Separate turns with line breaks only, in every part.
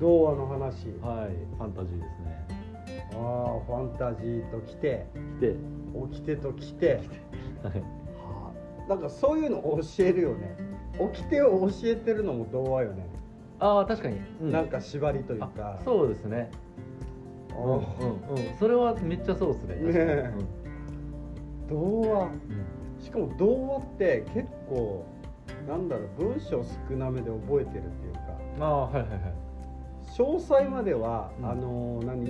童話の話
はいファンタジーですね
ああファンタジーときて
来て
起きてときて
はい
はあなんかそういうのを教えるよね起きてを教えてるのも童話よね、
ああ確かに、う
なんか縛りという
あ
か
そうですね
あ
うんうんうんそれはめっちゃそうですね
ねえ童話
うんうん
しかも童話って結構なんだろう文章少なめで覚えてるっていうか
ああはいはいはい
詳細までは、
うん
あのー何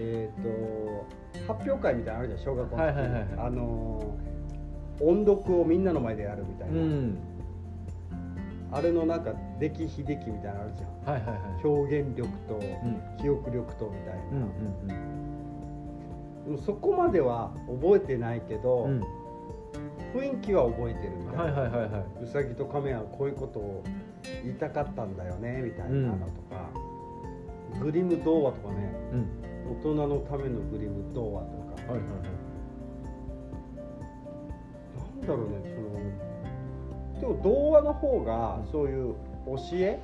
えっ、と発表会みたいなのあるじゃん小学校の時、
はいはいはいはい
あのー音読をみんなの前でやるみたいうな、
ん
あれのなんか「出来非出来」みたいなのあるじゃん
はいはいはい
表現力と
うん
記憶力とみたいな、
うんうん
でもそこまでは覚えてないけど、
うん
雰囲気は覚えてるみ
う
たい
ん
な、
はいはいはいはいう
さぎと亀はこういうことを言いたかったんだよねみたいなのとか、グリム童話とかね
うん
大人のためのグリム童話とか
はいはいはい
なんだろうねそのでも童話の方がそういう教え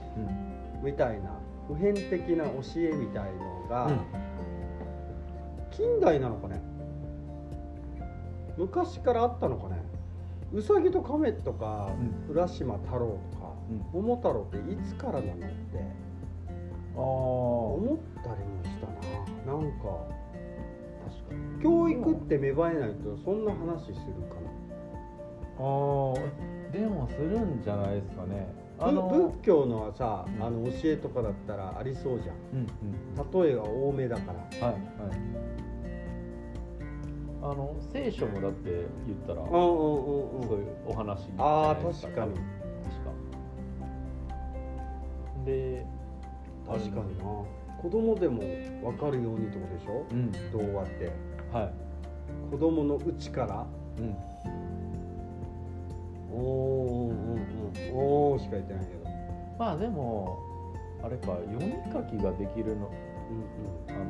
うん
みたいな普遍的な教えみたいのが、
うん
近代なのかね昔からあったのかねうさぎと亀とか、浦島太郎とか、
うん
桃太郎っていつからなのって
あ
思ったりもしたななんか
あ確かに
教育って芽生えないとそんな話するか
ああでもするんじゃないですかね
な、
あの
ぶ仏教のはさ、
うん
あの教えとかだったらありそうじゃん
うんうん
例えが多めだから
はいはいあの聖書もだって言ったら
うんうんうん
そういうお話じゃ
ああ
ないです
確かに
確かで
確かにな子供でも分かるようにってことでしょ
うん
童話って
は
子供のうちから
いうん
おおうんうんおおしか言ってないけど
まあでもあれか読み書きができるの
うんうん
あの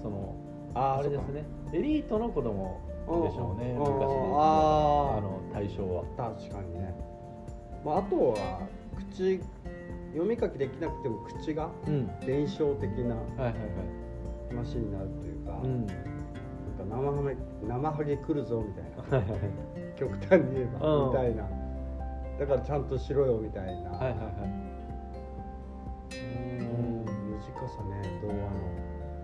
その
あー
あれですねエリートの子供
そっか
でしょうね
んん
昔で言うと
あ
あ
あ
の対象は
確かにね、まあ、あとは口読み書きできなくても口が
うん
伝承的な
はいはいはい
話になるというか,、
うん
なんか生ハゲ生ハゲ来るぞみたいな
はいはいはい
極端に言えば
うん
みたいな、だからちゃんとしろよみたいな、
はいはいは
うーん短さね童話の
い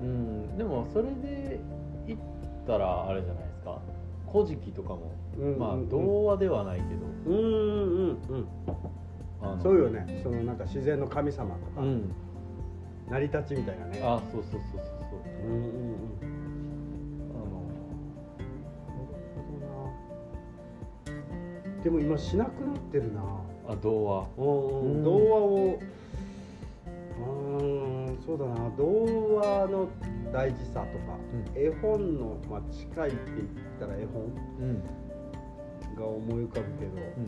うんでもそれで言ったらあれじゃないですか「古事記」とかも
うん
まあ
うん
童話ではないけど
うんうんうん
あの
そうよねそのなんか自然の神様とか、
うん
成り立ちみたいなね
あそうそうそうそうそう
うんうんうん
あの
なるほどなでも今しなくなってるな
あ童話んうん
童話をうーんそうだな童話の大事さとか、
う
絵本の、まあ、近いって言ったら絵本
うん
が思い浮かぶけど、
うん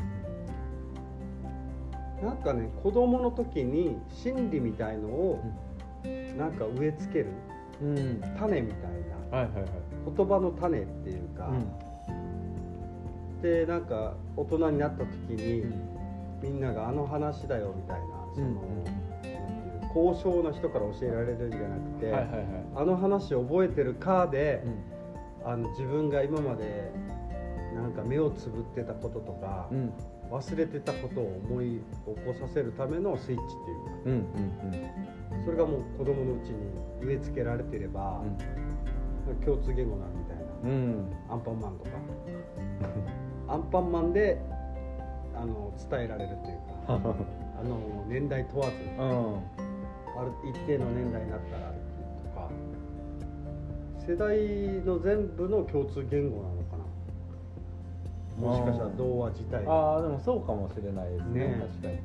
なんかね子供の時に心理みたいのをなんか植え付ける
うん
種みたいな
はいはいはい
言葉の種っていうか、でなんか大人になった時に、みんながあの話だよみたいなその、
うん
なんていう高尚な人から教えられるんじゃなくて、
はいはいはい
あの話覚えてるかで
う、ん
あの自分が今までなんか目をつぶってたこととか、
うん
忘れてたことを思い起こさせるためのスイッチっていうか
うんうん
それがもう子供のうちに植え付けられてれば、共通言語になるみたいな
うんうん
アンパンマンとかアンパンマンであの伝えられるというかあの年代問わず。
うん
ある一定の年代になったらとか世代の全部の共通言語なのかなもしかしたら童話自体押
ああでもそうかもしれないですね
ね
確かに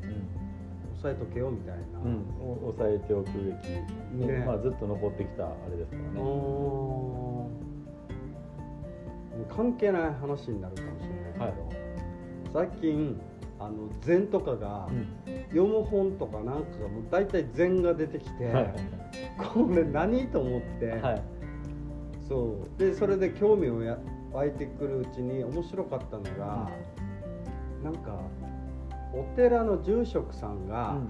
さえとけよみたいな、
うん、うん、お抑えておくべき、
ね
まあずっと残ってきたあれですからね
あー関係ない話になるかもしれないけど、最近あの禅とかが、
うん
読む本とかなんかがもう大体禅が出てきて、
はい
これ何と思って、
はい
そうでそれで興味をや湧いてくるうちに面白かったのが、なんかお寺の住職さん
う
が
ん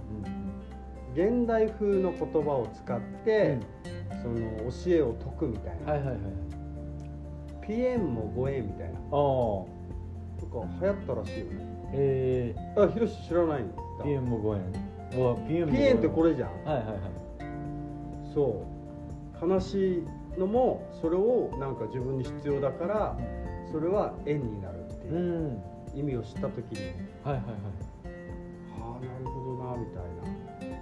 現代風の言葉を使って、その教えを説くみたいな、
はいはいはい
ピエンもご縁みたいな
ああ
とか流行ったらしいよね
ええ
あヒロシ知らないんだ
ー、ピエンもご縁うわピエンも
ピエンってこ
れ
れじゃん
はいはいはい
そう悲しいのもそれをなんか自分に必要だからそれは縁になるって
う
いうん意味を知った時に、
はいはいはい
ああなるほどなみたいな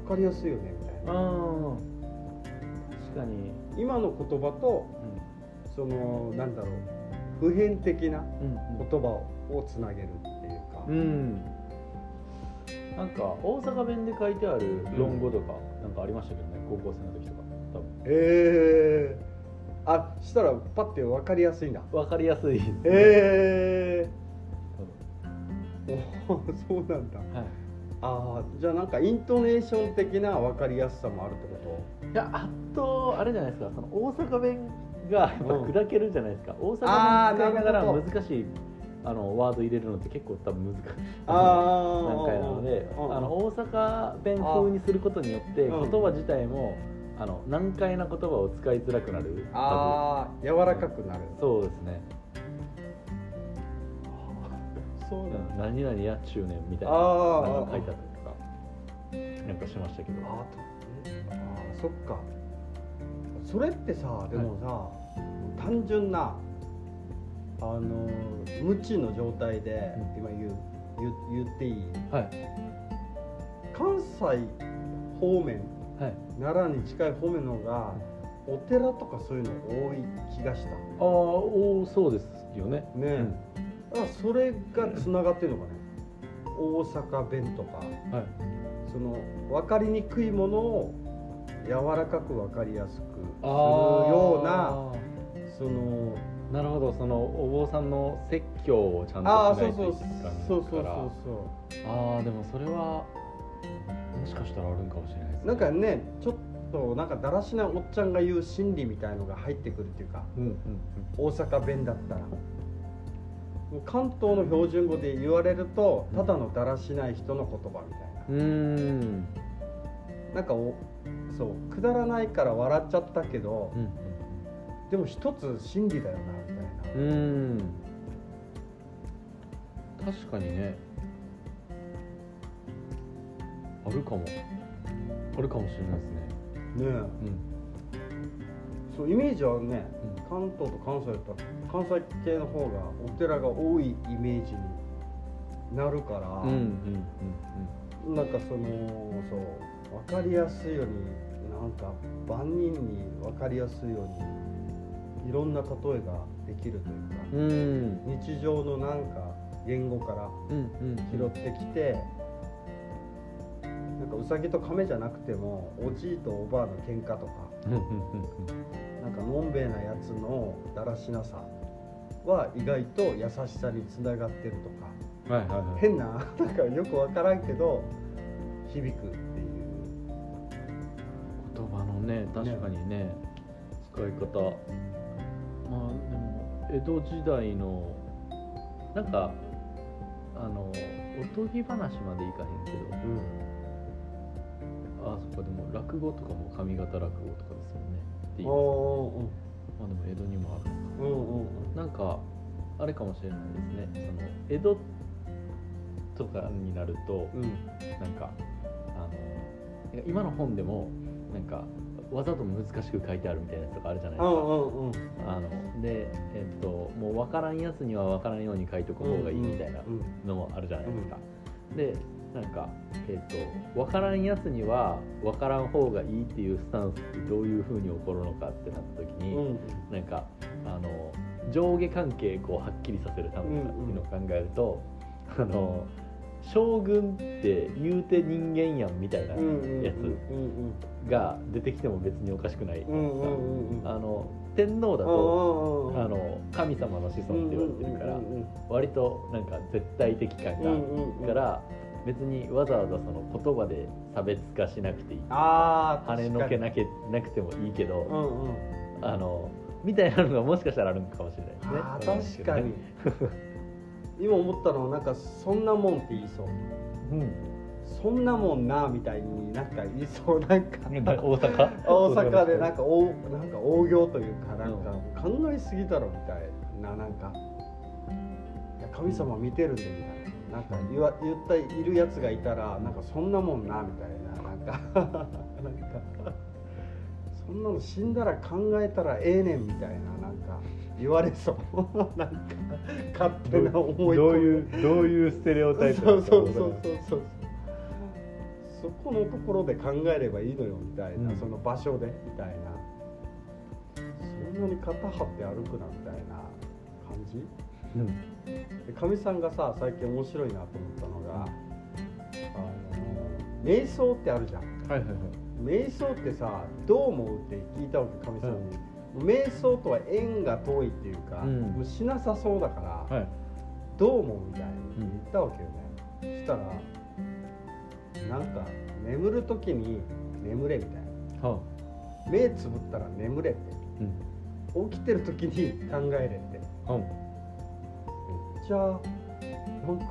分かりやすいよねみたい
あ
な
あ確かに
今の言葉とそのなんだろう普遍的な
うんう
言葉をつなげるっていうか、
うんなんか大阪弁で書いてある論語とか、なんかありましたけどね高校生の時とか多分
えー、あしたらパッて分かりやすいんだ
分かりやすいですね
え
多
ー、おーそうなんだ
分はい
ああじゃあなんかイントネーション的な分かりやすさもあるってこ
いやあとあれじゃないですかその大阪弁がやっぱ砕けるじゃないですか、大
あー
阪弁使いながら
なるほど
難しいあのワード入れるのって結構多分難しい
とあ
段階なのであの
の
大阪弁風にすることによって言
うん
葉自体もあの難解な言葉を使いづらくなる
あー柔らかくなる
多分そうですね
そう
うん何々やっちゅうねんみたいな
あー
なんか書いてあったりとかなんかしましたけど
あとえあーそっかそれってさでもさ、単純なあのー無知の状態で、
う
今言う言う言っていい
はい
関西方面
はい
奈良に近い方面の方がお寺とかそういうの多い気がしたね
ああおーそうですよね
え、だからそれがつながってるのかね大阪弁とか
うんはい
その分かりにくいものを柔らかく分かりやすくするような
あー
その
なるほどそのお坊さんの説教をちゃん
ああ
と
ーそうそう
いけないって
そ
いう感じ
そ
だ
う
から
そうそ
ああでもそれはもしかしたらあるんかもしれないで
う
すね
なんかねちょっとなんかだらしないおっちゃんが言う心理みたいのが入ってくるっていうか
うんうん
大阪弁だったら関東の標準語で言われるとただのだらしない人の言葉みたいな
うんうん
なんかおそうくだらないから笑っちゃったけど
うん
でも一つ真理だよなみたいな
うんうん確かにねあるかもあるかもし
ねえ
れないですねうん
そうイメージはね
うん
関東と関西だったら関西系の方がお寺が多いイメージになるから、
うんうん
なんかそのそう分かりやすいようになんか万人に分かりやすいようにいろんな例えができるというか、
うんうん
日常のなんか言語から
うんうん
拾ってきて、なんかウサギとカメじゃなくてもおじいとおばあの喧嘩とか
うんうんうん
なんかのんべえなやつのだらしなさは意外と優しさにつながってるとか
うんはいはいはい
変ななんかよく分からんけど響くっていう
言葉のね確かにね使い方まあでも江戸時代のなんかあのおとぎ話までいかへんけどあそっかでも落語とかも上方落語とかですもんねって言います
お
まあでも江戸にもあるのか
ーうんうんうん
なんかあれかもしれないですねその江戸とかになると
うんうん
なんかあの今の本でもなんかわざと難しく書いてあるみたいなやつとかあるじゃないです
う
か
んうん
あのでえっともう分からんやつには分からんように書いとく方がいいみたいな
うん
のもあるじゃないですか、でなんかえっと分からんやつには分からん方がいいっていうスタンスってどういうふうに起こるのかってなった時
う
に、
んうん
なんかあの上下関係こうはっきりさせるためとかっていうのを考えると、あの将軍って言うて人間やんみたいな
うんうん
や
うん
つが出てきても別におかしくない、
うんうんうんうんうん
あの天皇だ
あ
と
ー
あの神様の子孫って言われてるから、
うんうん
割となんか絶対的感がある
うんうん
から、別にわざわざその言葉で差別化しなくていい
ああ
跳ねのけなけなくてもいいけど、
うんうん
あのみたいなのがもしかしたらあるのかもしれないですね。
あ
わんないです
ー確
けど
か
ね
に今思ったのはなんかそんなもんって言いそう
うん
そんなもんなみたいになんか言いそうなんか
なんか大阪
大阪でなんか大なんか大行というかなんか考えすぎだろみたいななんかいや神様見てるんでみたいななんか言わ言ったいるやつがいたらなんかそんなもんなみたいななんか なんかそんなの死んだら考えたらええねんみたいななんか言われそう なんか勝手な思い込み
どういうどういうステレオタイプ
そうそう
な
そ
の
うそうそうそこのところで考えればいいのよみたいな、
うん
その場所でみたいなそんなに肩張って歩くなみたいな感じ
うん
でかみさんがさ最近面白いなと思ったのがあの瞑想ってあるじゃん
はいはいはい
瞑想ってさどう思うって聞いたわけかみさんに、瞑想とは縁が遠いっていうか、
うん
もうしなさそうだから、
はい
どう思うみたいに言ったわけよね、したらなんか眠る時に眠れみたいな
は
目つぶったら眠れって
あうん
起きてる時に考えれって
うん
じゃあなんか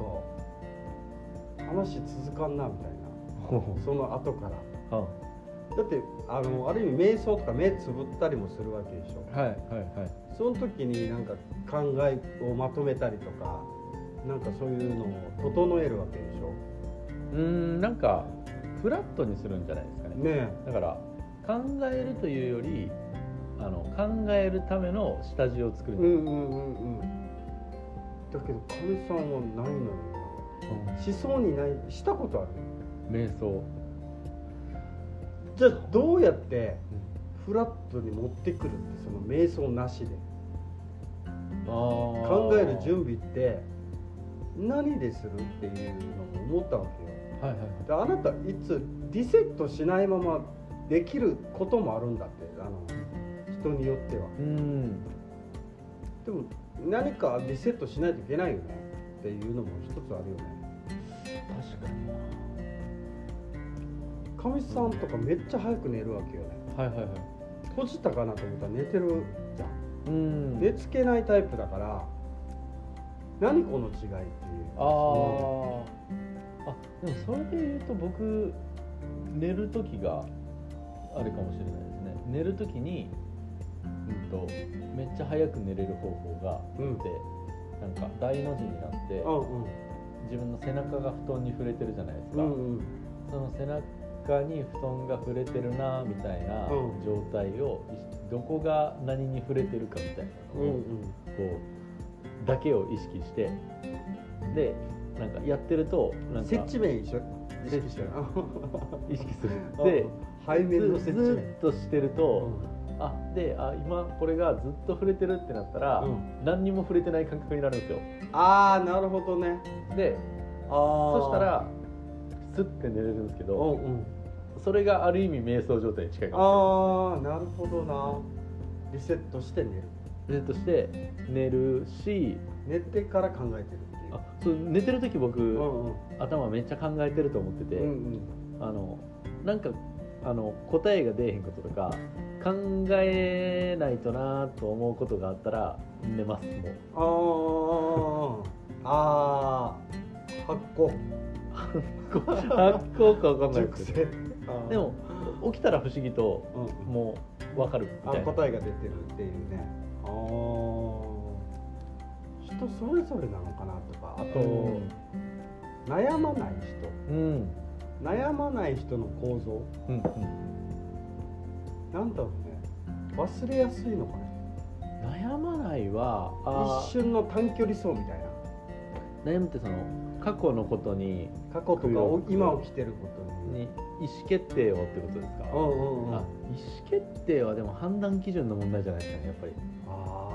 話続かんなみたいな
ほうほ
その後から
うは
だってあのある意味瞑想とか目つぶったりもするわけでしょ
あはいはいはい
その時になんか考えをまとめたりとかなんかそういうのを整えるわけでしょ
うーんなんかフラットにするんじゃないですかね
ねえ
だから考えるというよりあの考えるための下地を作るん
う
じゃ
んうんうんうんだけどかみさんはないのよ
ない
しそうにないしたことある
瞑想
じゃあどうやってフラットに持ってくるってその瞑想なしで考
考
える準備って何でするっていうのも思ったわけよ
はいはいはい
であなたいつリセットしないままできることもあるんだってあの人によっては
うん
でも何かリセットしないといけないよねっていうのも一つあるよね
確かに
かみさんとかめっちゃ早く寝るわけよね
はいはいはい
閉じたかなと思ったら寝てるじゃん
うん
寝つけないタイプだから何この違いっていう
あーあでもそれで言うと僕寝る時があれかもしれないですね寝る時に、うん、とめっちゃ早く寝れる方法があって、
うん
なんか大の字になって
うんうん
自分の背中が布団に触れてるじゃないです
う
か、
んうん
その背中に布団が触れてるなみたいな
うん
状態を、どこが何に触れてるかみたいな
う
の
ん
をこうだけを意識してでなんかやってると
う
なんん
接
か
地面一緒意識してる
意識する
で
で
背面の
ず
接地
ずー
面
っとしてると、あであ今これがずっと触れてるってなったら、
うん
何にも触れてない感覚になるんですよ
ああなるほどね
で
ああ
そしたらスッて寝れるんですけ
う
ど、
んうん
それがある意味瞑想状態に近いかも
ああなるほどなリセットして寝る
しれないでとして寝るし
寝てから考えてるっていう
あそう寝てる時僕、
うんうん
頭めっちゃ考えてると思ってて、
うんうん
あのなんかあの答えが出えへんこととか考えないとなと思うことがあったら寝ますも う
あーあー発酵
発酵か分かんない
熟
ですけ
成
どでも起きたら不思議と
うんうん
もう分かるみ
あ
たいな
答えが出てるっていうねああ人それぞれなのかなとかあと、
うん
悩まない人
うん
悩まない人の構造
うん
なんだろうね忘れやすいのかね
悩まないはあ
一瞬の短距離走みたいな
ー悩むってその過去のことに
過去とか
来る
お今起きてることに
に意思決定をってことですか、
うんうんうん
あ
あ
意思決定はでも判断基準の問題じゃないですかねやっぱり
あ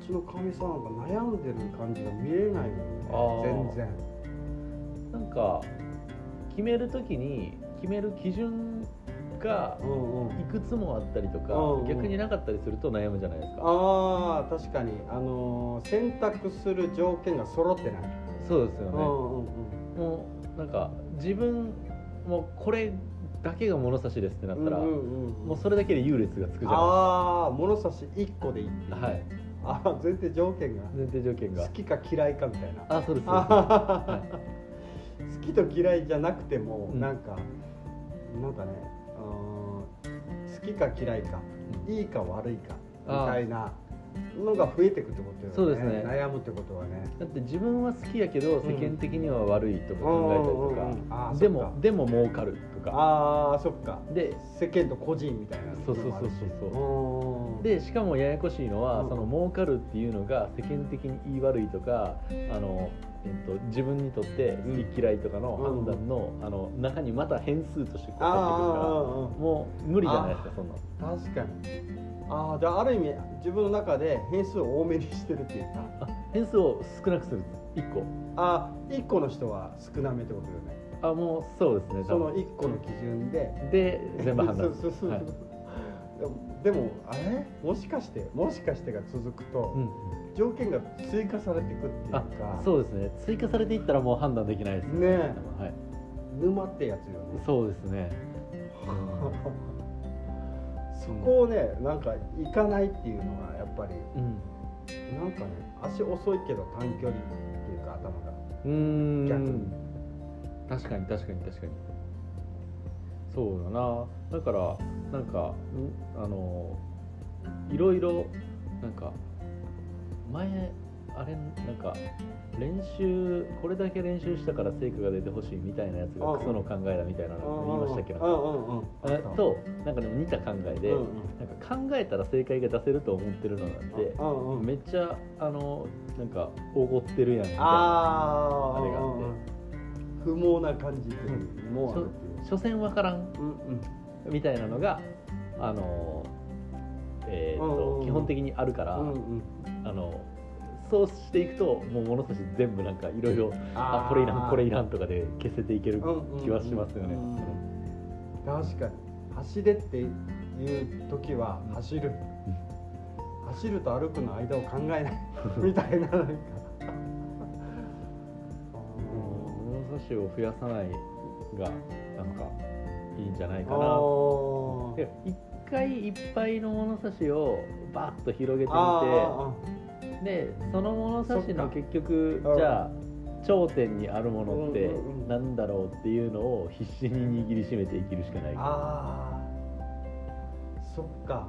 ーうちのかみさんが悩んでる感じが見えない
あ
の
ー
よね全然
なんか決める時に決める基準が
うんうん
いくつもあったりとか、
うんうん
逆になかったりすると悩むじゃないですか、
ああ確かにあのー選択する条件が揃ってない、
そうですよ
うん
ね、
うんうん
もうなんか自分もうこれだけが物差しですってなったら、
うんうんうん
もうそれだけで優劣がつくじゃな
ああ物差し1個でいい
いですかはい
ああ全然条件が
前提条件が
好きか嫌いかみたいな
あそうですそうです
あはははは好きと嫌いじゃなくても、
うん
なんかなんかねうーん好きか嫌いかいいか悪いかみたいなのが増えてくってことよね
そうですね
悩むってことはね
だって自分は好きやけ
う
ど
ん
世間的には悪いとか考えたりと
あ
か、
ー
で
そっ
も
か
でも儲かるとか
あーそっか
で
世間と個人みたいな
そうそうそうそうそう
そう
でしかもややこしいのは、
うん
その儲かるっていうのが世間的に言い悪いとかあの、えっと、自分にとって好き嫌いとかの判断の,、あの中にまた変数としてこ
あー
う入ってくるから
あーあー
もう無理じゃないですかそんなの
確かにああじゃあある意味自分の中で変数を多めにしてるっていうか
あ変数を少なくする1個
あ1個の人は少なめってことよね
あもうそうですね
その
多分
1個の基準で
で全部判
そ
断
うそうそう
はい
でもでもあれもしかしてもしかしてが続くと、
うん
条件が追加されていくっていう
あ
か
そうですね追加されていったらもう判断できないです
ね
はい、
沼ってやつよ ね
そうですね
そこをねなんか行かないっていうのがやっぱり
うん
なんかね足遅いけど短距離っていうか頭が
うーん
逆に
確かに確かに確かにそうだなだからなんかんあのいろいろなんか前あれなんか練習これだけ練習したから成果が出てほしいみたいなやつ
あ
が
あ
クソの考えだみたいなの言いましたけ
う
ど
んうんうん
えっとなんかでも似た考えで、
うん
なんか考えたら正解が出せると思ってるのなんて
うんうん
めっちゃあのなんかおごってるやんみたいな
あー
あれがあって
不毛な感じっていうのもあるっていう
所詮わからん
うんうん
みたいなのがあのえー
うんうん
と
うん
基本的にあるから、
うんうん
あのそうしていくともう物差し全部なんかいろいろあ
ー
これいらんこれいらんとかで消せていける気はしますよね。
うんうんうん確かに走れっていう時は走る走ると歩くの間を考え ないみたいななんか
うん物差しを増やさないがなんかいいんじゃない
あ
かな。
ー
で一回いっぱいの物差しをバッと広げて
あ
みてでその物差し
そっ
の
か
結局
うん
じゃあ頂点にあるものって
うんうんうん
なんだろうっていうのを必死に握りしめて生きるしかない
ーあーあーそっか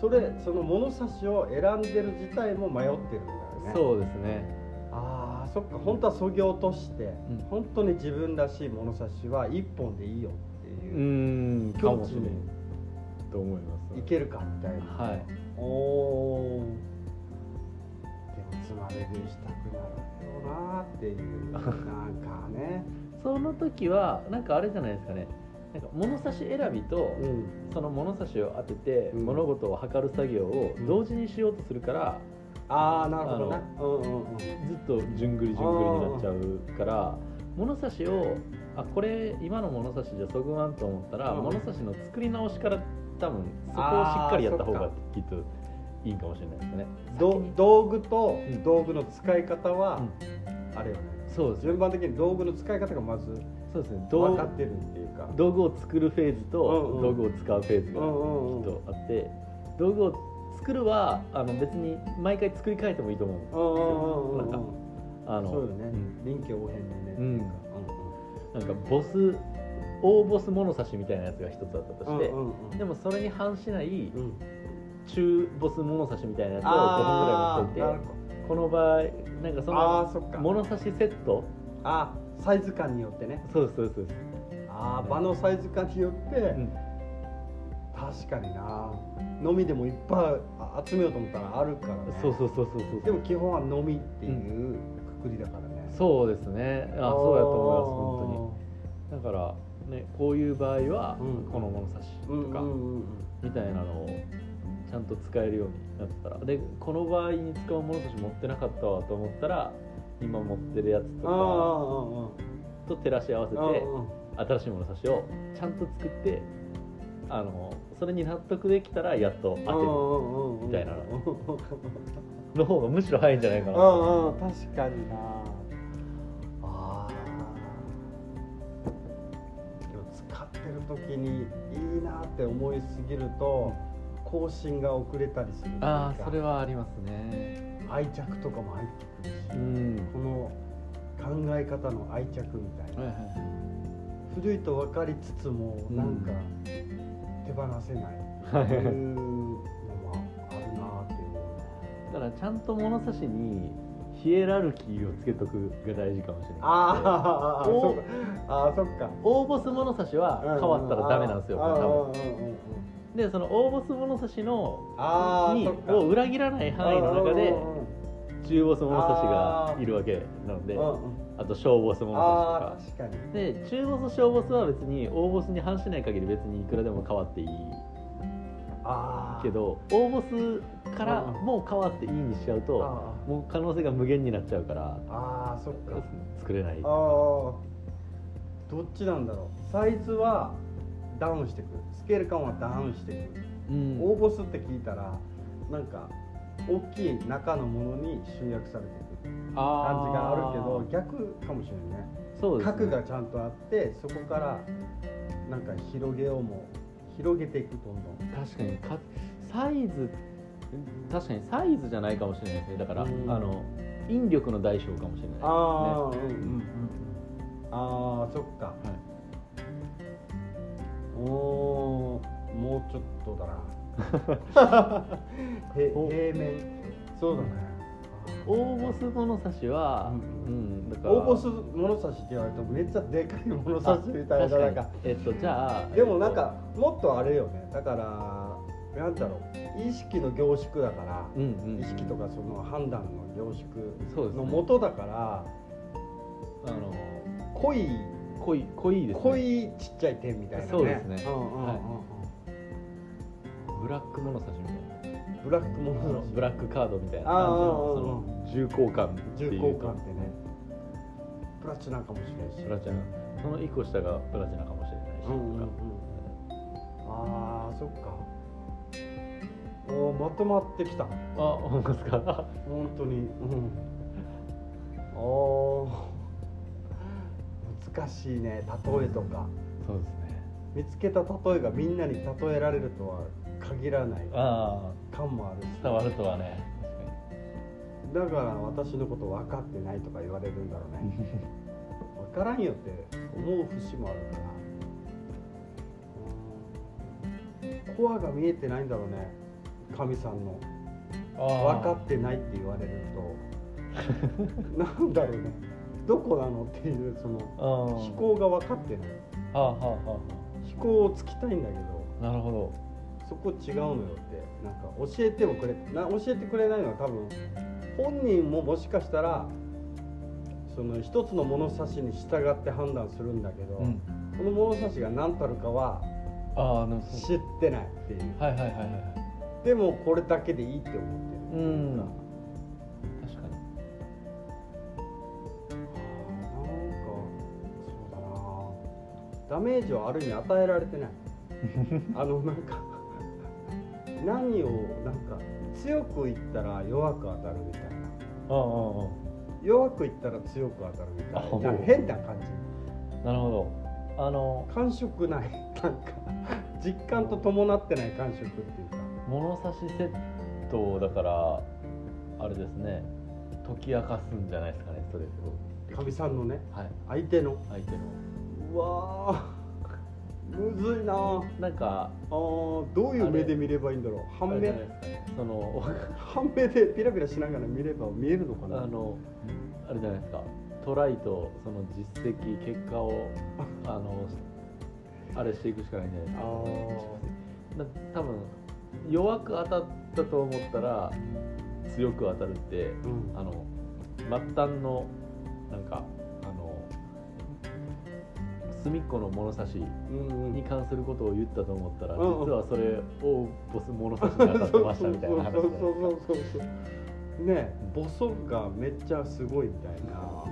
それその物差しを選んでる自体も迷ってるんだよね
そうですね
ああそっか本当はそぎ落として、
うん
本当に自分らしい物差しは一本でいいよって
う
いう、
んかもしれ
境地
ない
に
と思います
いけるかみたいな
はい
おおでもつまみ食いしたくなるよなーっていうなんかね
その時はなんかあれじゃないですかねなんか物差し選びと
うん
その物差しを当てて
うん
物事を測る作業を同時にしようとするから、
ああなるほどな
あ
うんうんうん
ずっとじゅんぐりじゅんぐりになっちゃうから物差しをあこれ今の物差しじゃそぐわんと思ったら、
うん
物差しの作り直しから多分そこをしっかりやった方がきっといいかもしれないですね。先
ど
に
道具と
うん
道具の使い方は、あれよね
そうですね
順番的に道具の使い方がまず
そうですね
分
道
かってるっていうか
道具を作るフェーズ
うんう
と
ん
道具を使うフェーズ
う
が
んうんうん
きっとあって道具を作るはあの別に毎回作り変えてもいいと思う
うんうんうん
な
うんん
あの
そうよね
ん
臨機応変にね、
うんなんかボス大ボス物差しみたいなやつが一つあったとして、
うんうんうん
でもそれに反しない
うん
中ボス物差しみたいなやつを5
あ
本
ー
ぐ
な
らい
るほど
持っといてこの場合なんかそ
あ
の
ーそっか
物差しセット
あサイズ感によってね
そうですそうですそうです、
あー場のサイズ感によって、
うん
確かにな飲みでもいっぱいあ集めようと思ったらあるからね
そうそうそうそうそう
でも基本は飲みっていうくくりだからね、
そうですねあそうやと思います本当に。だから、ね、こういう場合は、
うん
この物差しと
うん
か、
うんうんうん
みたいなのをちゃんと使えるようになってたらでこの場合に使う物差し持ってなかったわと思ったら今持ってるやつと
あ
か
ー
と照らし合わ
あーあーあー
せて
うんうん
新しい物差しをちゃんと作ってあのそれに納得できたらやっと当
うんうんうんうん
みたいなの
うんうん
てるの方がむしろ早いんじゃないかなと
うんうん確かになあーでも使ってる時にいいなって思いすぎると更新が遅れたりするっていうか
ああそれはありますね
愛着とかも入ってくるし
うん
この考考え方の愛着みたいな、
はいはいはい
古いと分かりつつも
うん
なんか手放せ ないっていうのはあるなっていう
だからちゃんと物差しにヒエラルキーをつけとくが大事かもしれない
あーあーそ
お
っかあーそっか
大ボス物差しは変わったらダメなんですよ、
あー
多
うんうんうんうん
分でその大ボス物差しの
あー
に
そっか
を裏切らない範囲の中で中ボス物差しがいるわけなの
う
で
んうんうんうん
あと小ボス物差
あ
しとか
ー確かに
で中ボス小ボスは別に大ボスに反しない限り別にいくらでも変わっていい
あー
けど大ボスからもう変わっていいにしちゃうと
あー
もう可能性が無限になっちゃうから
あーそっか
作れない
あーどっちなんだろうサイズはダウンしてくるスケール感はダウンしてくる
うん
応募すって聞いたらなんか大きい中のものに集約されてくる感じがあるけど逆かもしれないね
そうですね
核がちゃんとあってそこからなんか広げようも広げていくどんどん
確かにかサイズ確かにサイズじゃないかもしれないですねだから、
うん
あの引力の代償かもしれないですね
あー、う
うんんうん
あーそっか
うんはい
おーもうちょっとだな へ
お
平面そうだね
大ボス物差しは、
う
うんんだから
応募する物差しって言われるとめっちゃでかい物差しみたい
あ
な
確か
な
に
んか
えっとじゃあ
でもなんかもっとあれよねだからなんだろう意識の凝縮だから、
えっとうんうん
意識とかその判断の凝
そうで
縮
すね
のもとだから、
あの
濃い
濃い濃いですね
濃いちっちゃい点みたいなね
そうですね
うんうんうんうん
はいブラック物差しみたいな
ブラック
あの
物差し
ブラックカードみたいな
あー
感じ
うん
のその重厚感って
重
いう
厚感ってねプラチナかもしれないし
プラチナその一個下がプラチナかもしれないし、
うんうんうんあーそっかおーまとまってきた
とかあ本当ですか
本当にうんおー難しいね例えとか
そうですね
見つけた例えがみんなに例えられるとは限らない
あ
感もあるし
あ伝わるとはね
だから私のこと分かってないとか言われるんだろうね分からんよって思う節もあるからうんコアが見えてないんだろうね神さんの
あ
分かってないって言われるとなんだろうねどこなのっていうその
飛
飛行が分かってない
はあはあは
飛行をつきたいんだけど
あなるほど
そこ違うのよってなんか教えてもくれな教えてくれないのは多分本人ももしかしたらその一つの物差しに従って判断するんだけど、
うん
この物差しが何たるかは
ああでもそう
知ってないっていう
はいはいはいはいはい
でもこれだけでいいって思って
う
る、
ん確かに
あーなんかそうだなダメージをある意味与えられて ないあのなんか何をなんか強く言ったら弱く当たるみたいな
あああ
弱く言ったら強く当たるみた
あほ
いうななんか変な感じ
あなるほどあの
感触ないなんか実感と伴ってない感触っていうか
物差しセットだからあれですね解き明かすんじゃないですかねそれを
かみさんのね
はい
相手の
相手の
うわーむずいなあ
なんか
あーどういう目で見ればいいんだろう
あ
半
れじ
目
ゃないですかねその
半目でピラピラしながら見れば見えるのかな
あのあれじゃないですかトライとその実績結果 をあのあれしていくしかないんじゃないです
あ
か
ー
な多分弱く当たったと思ったら強く当たるって
うん
あの末端のなんかあの隅っこの物差し
うんう
に
ん
関することを言ったと思ったら、
うんうん
実はそれをボス物差しに当たってましたみたいな話
そうそう
で
そうそうそうそうねえボソがめっちゃすごいみたいなこ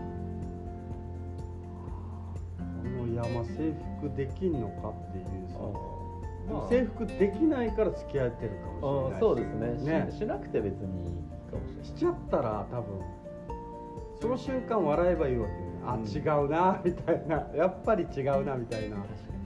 の山征服できんのかっていう
あ
そ
ーま
の
あ
征服できないから付き合ってるかもしれな
あ
い
ー
し
そうですね
ね
ししなくて別にいいかもしれない
しちゃったら多分その瞬間笑えばいいわけよね、
うん
あ違うなみたいなやっぱり違うなみたいなあ
確か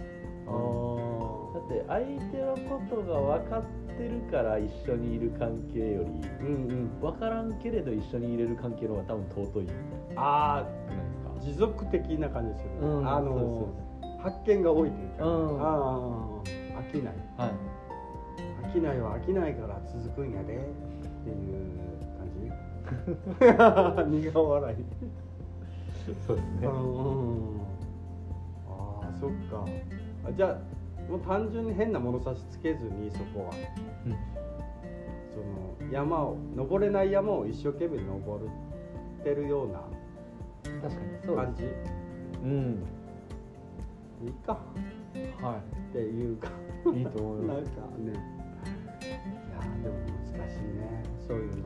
に
ー
って相手のことが分かってるから一緒にいる関係
う
より
んうん
分からんけれど一緒にいれる関係の方が多分尊いじゃ
あ
ないですか
あ持続的な感じですよね、
うん
あ
そう
の発見が多いというか、
うん
ああ飽きない
はい
飽きないは飽きないから続くんやでっていう感じ苦笑い、
そうです
う
ね。
んうんうんああそっかあじゃあもう単純に変な物差しつけずにそこは
うん
その山を登れない山を一生懸命登ってるような
確かにそうで
感じ
うん。
いいか
すは
っていうか
いいと思い
な
ま
んかねいやーでも難しいねそういうのって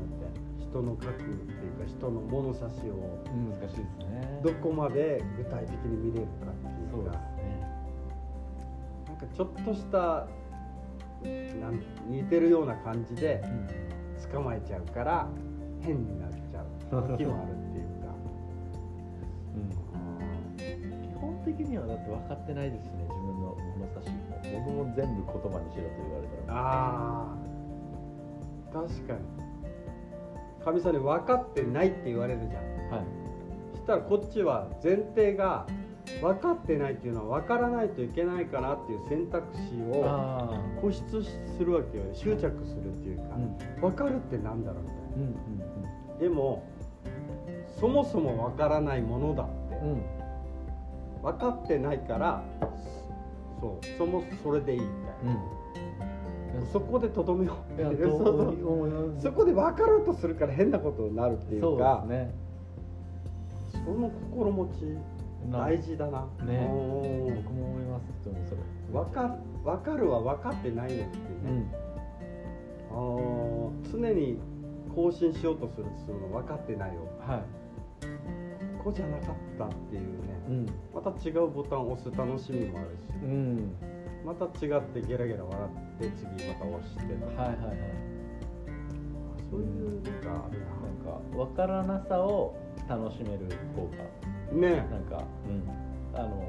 人の核っていうか人の物差しを
す。難しいですね
どこまで具体的に見れるかって
そ
いうう
で
か
すね。
なんかちょっとしたなん似てるような感じで捕まえちゃうから変になっちゃう時もあるっていうか
い基本的にはだって分かってないですね自分の物差しも僕も全部言葉にしろと言われたら
あー確かにかみさんに分かってないって言われるじゃん
はい
そしたらこっちは前提が分かってないっていうのは分からないといけないかなっていう選択肢を
あ
固執するわけよ執着するっていうか、
あうん
分かるってなんだろうみたい
うん
なでもそもそも分からないものだって、
うんうん
分かってないからそうそもそれでいいみたいな、そこでとどめを
いや
そう
と
そう
思います
そこで分かろうとするから変なことになるっていうか
そうですね
その心持ち
な
大事だな
ね
おー
僕も思いますでもそれ
わかるわかるは分かってないのにっていう
う
ね、
ん
あのー常に更新しようとするその分かってないよ
は
ここじゃなかったっていうね
いうん
また違うボタンを押す楽しみもあるし
うん
また違ってゲラゲラ笑って次また押してと
はい
か
はいはい
そういうのがある
なんか分からなさを楽しめる効
な
果
ね
なんか、あの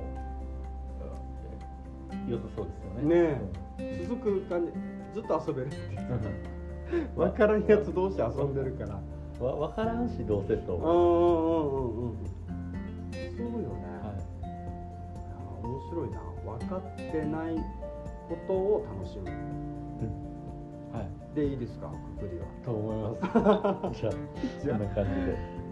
うん良さそうですよね
ねえ続く感じずっと遊べる
うん
分からんやつ同士遊んでるから
わ分からんしどうせと
うんう
は
んうんうんうんそうよね、いやー面白いな分かってないことを楽しむ
いは
でいいですかくくりはい
と思いますじゃあ
じゃあ
こんな感じで